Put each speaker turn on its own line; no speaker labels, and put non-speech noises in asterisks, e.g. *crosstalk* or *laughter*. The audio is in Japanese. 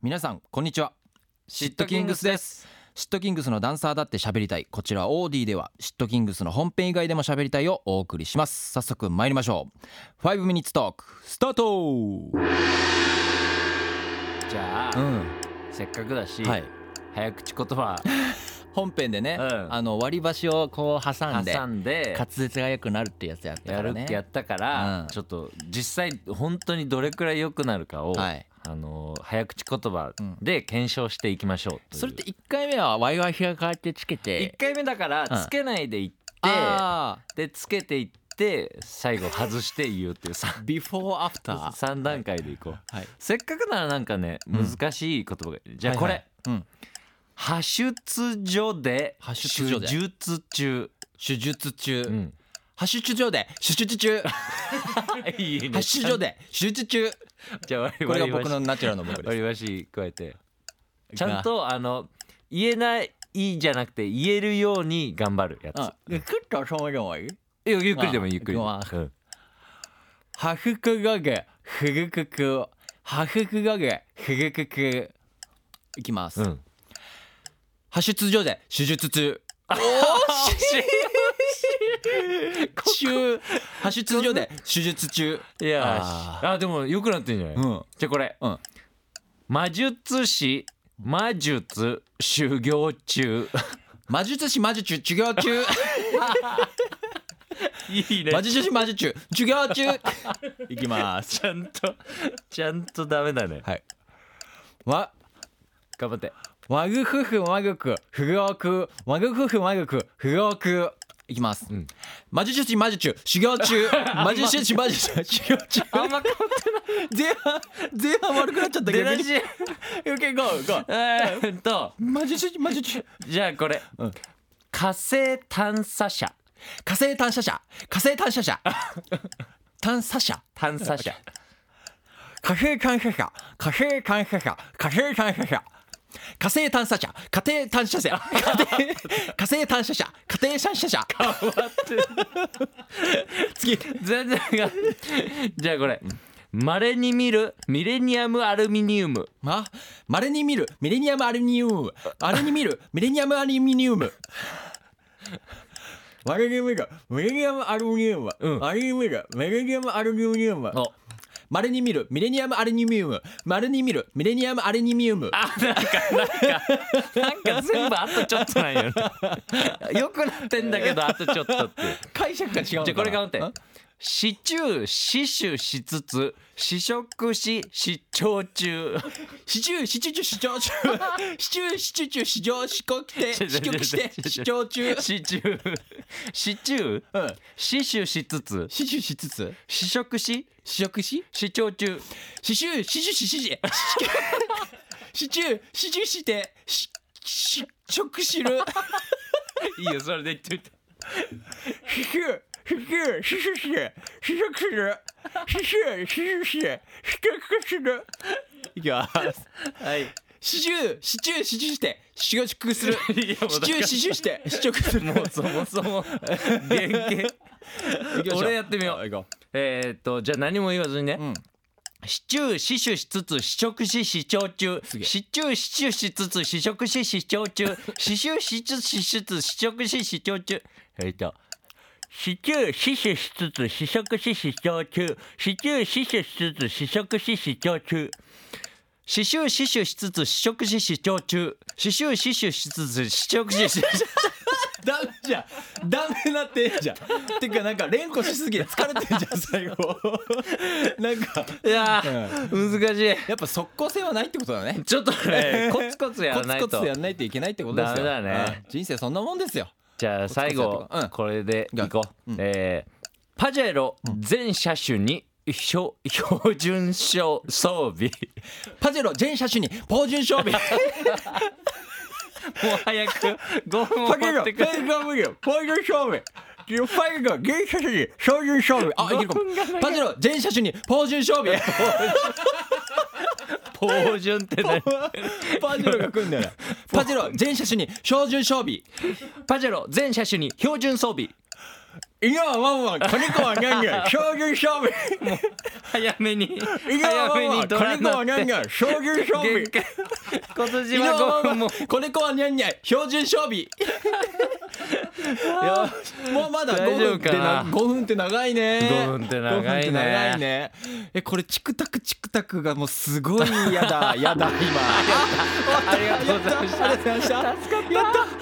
皆さんこんにちはシットキングスですシットキングスのダンサーだって喋りたいこちらオーディではシットキングスの本編以外でも喋りたいをお送りします早速参りましょう5ミニッツトークスタート
じゃあ、
うん
せっかくだし、
はい
早口言葉
本編でね、
うん
あの割り箸をこう挟んで
挟んで
滑舌が良くなるってやつやった
や
から
る
ね
ってやったから、
うん
ちょっと実際本当にどれくらい良くなるかを、
はい
あの早口言葉で検証していきましょうという
それって1回目はワイワイ開かってつけて
一回目だから
うん
つけないでいって、
あ
でつけていって最後外して言うっていうさ *laughs*
ービフォーアフター
3段階でいこう
はい
せっかくならなんかね
うん
難しい言葉が、じゃあこれ、
はいはいうん
発出所で
派出所で
手術中、
手術中、
うん、
発出場で手術中
*laughs* い *laughs* いね
発出場で手術中
じゃあ割り
これが
割り
僕のナチュラルの僕で
割り箸加えてちゃんとあの言えないじゃなくて言えるように頑張るやつ、
すうんクッとそうでもいい
いやゆっくりでもいいゆっくりで
ま
も
あ、
うん
はふくがげふぐくくはふくがげふぐくくいきます、
うん、
発出場で手術中中発出場で手術中
いや
あ
ああでもよくなってんじゃない、
うん
じゃあこれ、
うん
魔術師魔術修行中
魔術師魔術中授業
*laughs*
中
いいね
魔術師魔術中授業中いきます
ちゃんとちゃんとダメだね
はいわ
頑張って
わぐふふわぐくふぐおくわぐふふわぐくふぐおくいきます、
ん
魔術師魔術中修行
*laughs*
中魔術師魔術中修行中
あんま変わ
*laughs* 前半前半悪くなっちゃった
出
逆
だ
に *laughs*
*laughs* し
OK go go
えーっと
魔術師魔術中
じゃあこれ、
うん
火星探査車
火星探査車火星探査車探査車
探査 *laughs* 車
火星探査車火星探査車火星探査車火星探査車家庭探査車火星探査車家庭探査車
次全然違うじゃあこれまれに見るミレニアムアルミニウム
ま稀に見るミレニアムアルミニウムあれに見るミレニアムアルミニウム稀に見るミレニアムアルミニウム
うん
あれに見るミレニアムアルミニウム
お
稀に見るミレニアムアルミニウム稀に見るミレニアムアルミニウム
あなんかなんかなんか全部あとちょっとなんよ *laughs* ねよくなってんだけどあとちょっとって *laughs* いう
解釈が違う
じゃあこれ頑張って
ん
支柱死守しつつ試食し失調中
シチューシチュチュシチョ中
*laughs*
シチューシチュチュシチョ四国て
ちょちょ
四
ちょ
国して
ちょちょ
シチョ中
*laughs* 支柱支柱
うん
死守しつつ
シチュしつつ
試食し
試食し
視聴中
シチューシチュシシシシチューシチュしてしし食する
いいよそれで言っといて
シチューシチューシチュして試食するシチューシチュして試食するいきます
はい
シチューシチューシチュして試食する
いやもうだから
シチューシチュして試食する
もうそもそも原型俺やってみよう
う行こ
えーっとじゃあ何も言わずにね、
うん
シチュー死守しつつ試食し試聴中
げえ
シチュー死守しつつ試食し試
*laughs*
聴中試習しつつ試出試食し試聴中えーっとシチュー死守しつつ試食し試聴中シチュー死守しつつ試食し試聴中刺繍刺繍しつつ試食し試聴中刺繍刺繍しつつ試食し試
うダメじゃんダメなってんじゃんてかなんか連呼しすぎて疲れてんじゃん最後なんか
いやー難しい
やっぱ即効性はないってことだね
ちょっとねコツコツや
コ
らな
ツ
い
コ
と
ツやんないといけないってことですよ
ダメだね
うん人生そんなもんですよ
じゃあ最後
うん
これでいこう、えーパジェロ全車種に標標準装装備
パジェロ全車種に芳醇装備
*laughs* もう早く5分
パジェ
持
ロ
って
全
*laughs* くる
車無料芳醇装備パジェロ全車種に芳醇装備あいけるかも
五分が長い
パジェロ全車種に芳醇装備
*laughs* 標準って何
パジェロが来んだよなパジェロ全車種に標準装備
パジェロ全車種に標準装備
今ワンワン金川ニャンニャン将棋勝負
早めに
今
早
ワン
め
ワン金
にドラに
川ニ
なっ
ャンニ
て
ャン将棋勝負
限界今年
今
は5
は
*laughs* 分も
これこはにゃんにゃん標準装備いやもうまだ5分
大丈
っ
夫
て
かな
な5分って長いね
5分って長
5
いね
分って長いねえこれチクタクチクタクがもうす
*laughs*
ごいやだやだ今
ありがとうございました
ありがとうございましたやった